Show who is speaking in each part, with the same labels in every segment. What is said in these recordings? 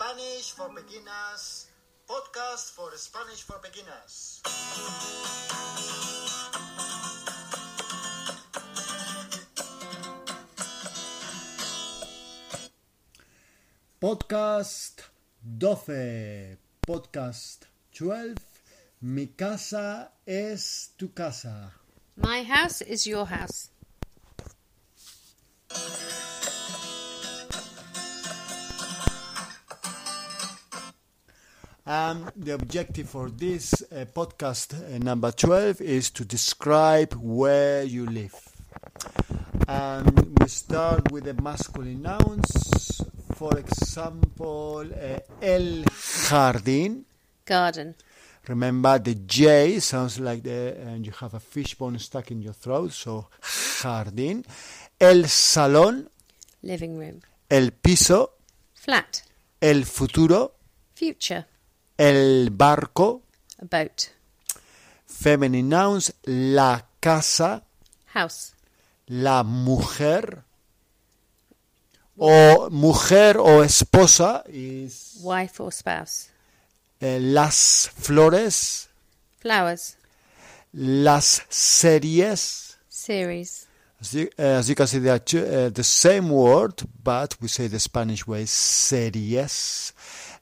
Speaker 1: for Beginners, podcast for Spanish for Beginners.
Speaker 2: Podcast 12, Podcast 12, Mi casa es tu casa.
Speaker 3: My house is your house.
Speaker 2: And Um, the objective for this uh, podcast uh, number 12 is to describe where you live. And we start with the masculine nouns, for example, uh, el jardín.
Speaker 3: Garden.
Speaker 2: Remember the J sounds like the, and you have a fishbone stuck in your throat, so jardín. El salón,
Speaker 3: Living room.
Speaker 2: el piso,
Speaker 3: Flat.
Speaker 2: el futuro,
Speaker 3: Future.
Speaker 2: el barco.
Speaker 3: A boat.
Speaker 2: Feminine nouns, la casa,
Speaker 3: House.
Speaker 2: la mujer. O mujer o esposa is
Speaker 3: Wife or spouse.
Speaker 2: eh, las flores,
Speaker 3: Flowers.
Speaker 2: las series.
Speaker 3: Series.
Speaker 2: As you, uh, as you can see, they are two, uh, the same word, but we say the Spanish way, series.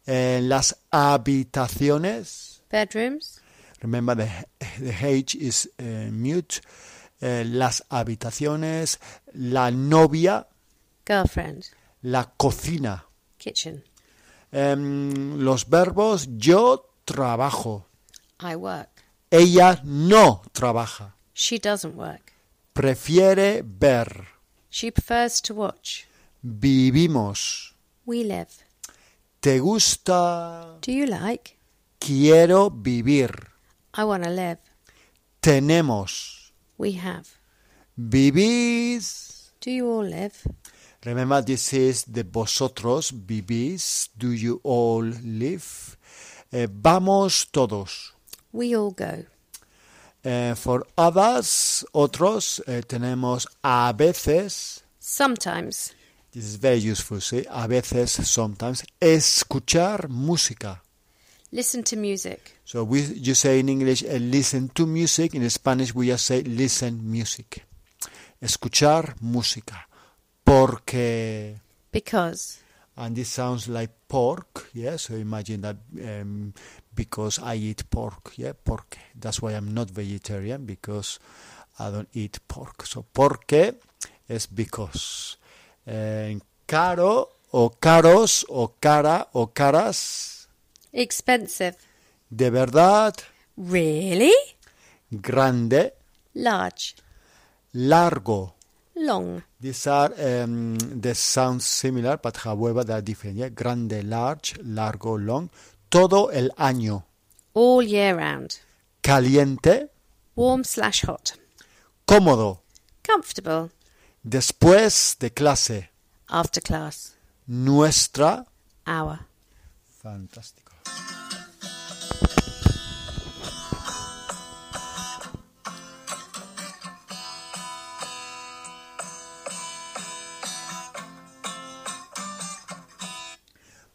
Speaker 2: Eh, las habitaciones.
Speaker 3: Bedrooms.
Speaker 2: Remember the, the H is eh, mute. Eh, las habitaciones, la novia,
Speaker 3: Girlfriend.
Speaker 2: la cocina.
Speaker 3: Kitchen.
Speaker 2: Em, los verbos yo trabajo,
Speaker 3: I work.
Speaker 2: ella no trabaja,
Speaker 3: She doesn't work.
Speaker 2: prefiere ver,
Speaker 3: She prefers to watch.
Speaker 2: vivimos,
Speaker 3: We live.
Speaker 2: te gusta,
Speaker 3: Do you like?
Speaker 2: quiero vivir,
Speaker 3: I want to live.
Speaker 2: tenemos,
Speaker 3: We have.
Speaker 2: vivís.
Speaker 3: Do you all live?
Speaker 2: Remember this is de vosotros, vivís, do you all live. Eh, vamos todos.
Speaker 3: We all go.
Speaker 2: Eh, for others, otros, eh, tenemos a veces.
Speaker 3: Sometimes.
Speaker 2: This is very useful, see? A veces, sometimes, escuchar música.
Speaker 3: Listen to music.
Speaker 2: So we, you say in English, eh, listen to music. In Spanish, we just say listen music. Escuchar música. Porque,
Speaker 3: Because.
Speaker 2: and this sounds like pork, yeah? So imagine that um, because I eat pork, yeah? Porque. That's why I'm not vegetarian, because I don't eat pork. So porque es because. Eh, caro o caros o cara o caras.
Speaker 3: Expensive.
Speaker 2: De verdad,
Speaker 3: Really?
Speaker 2: grande,
Speaker 3: Large.
Speaker 2: largo.
Speaker 3: Long.
Speaker 2: These are um, the sounds similar, but however they are different. yeah? Grande, large, largo, long. Todo el año.
Speaker 3: All year round.
Speaker 2: Caliente,
Speaker 3: Warm slash hot.
Speaker 2: cómodo.
Speaker 3: Comfortable.
Speaker 2: Después de clase.
Speaker 3: After class.
Speaker 2: Nuestra.
Speaker 3: Hour.
Speaker 2: Fantástico.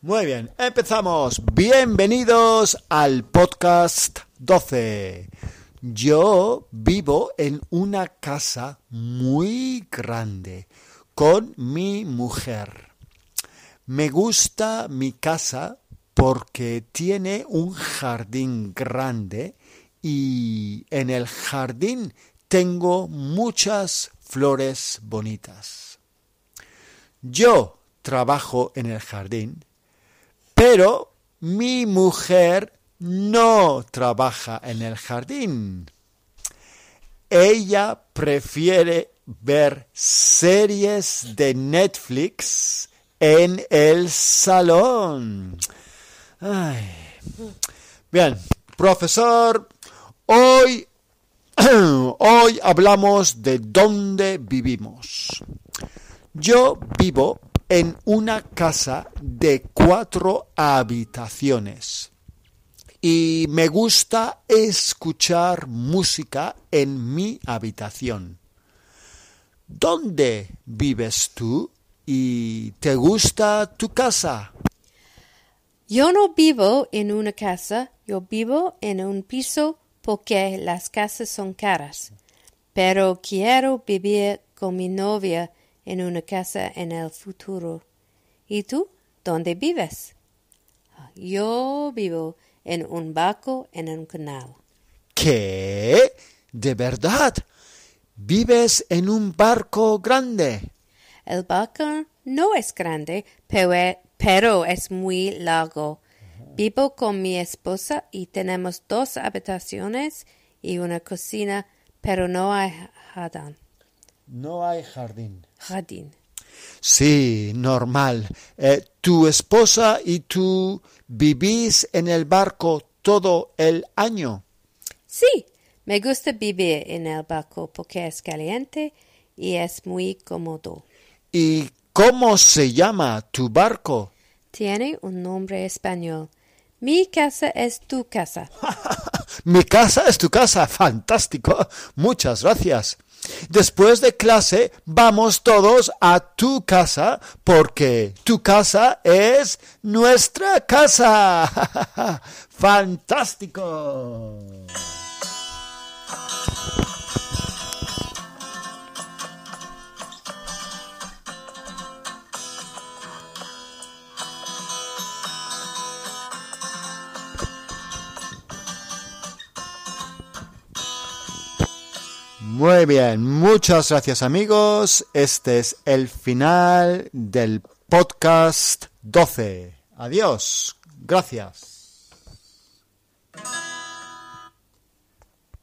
Speaker 2: Muy bien, empezamos. Bienvenidos al podcast 12. Yo vivo en una casa muy grande con mi mujer. Me gusta mi casa porque tiene un jardín grande y en el jardín tengo muchas flores bonitas. Yo trabajo en el jardín, pero mi mujer no trabaja en el jardín. Ella prefiere ver series de Netflix en el salón. Ay. Bien, profesor, hoy, hoy hablamos de dónde vivimos. Yo vivo en una casa de cuatro habitaciones y me gusta escuchar música en mi habitación. ¿Dónde vives tú y te gusta tu casa?
Speaker 3: Yo no vivo en una casa, yo vivo en un piso porque las casas son caras. Pero quiero vivir con mi novia en una casa en el futuro. ¿Y tú? ¿Dónde vives? Yo vivo en un barco en un canal.
Speaker 2: ¿Qué? ¿De verdad? ¿Vives en un barco grande?
Speaker 3: El barco no es grande, pero, e, pero es muy largo. Vivo con mi esposa y tenemos dos habitaciones y una cocina, pero no hay jardín.
Speaker 2: No hay jardín.
Speaker 3: jardín.
Speaker 2: Sí, normal. Eh, tu esposa y tú vivís en el barco todo el año.
Speaker 3: Sí, me gusta vivir en el barco porque es caliente y es muy cómodo.
Speaker 2: ¿Y cómo se llama tu barco?
Speaker 3: Tiene un nombre español. Mi casa es tu casa.
Speaker 2: Mi casa es tu casa. Fantástico. Muchas gracias. Después de clase vamos todos a tu casa porque tu casa es nuestra casa. Fantástico. Muy bien, muchas gracias amigos. Este es el final del podcast 12. Adiós. Gracias.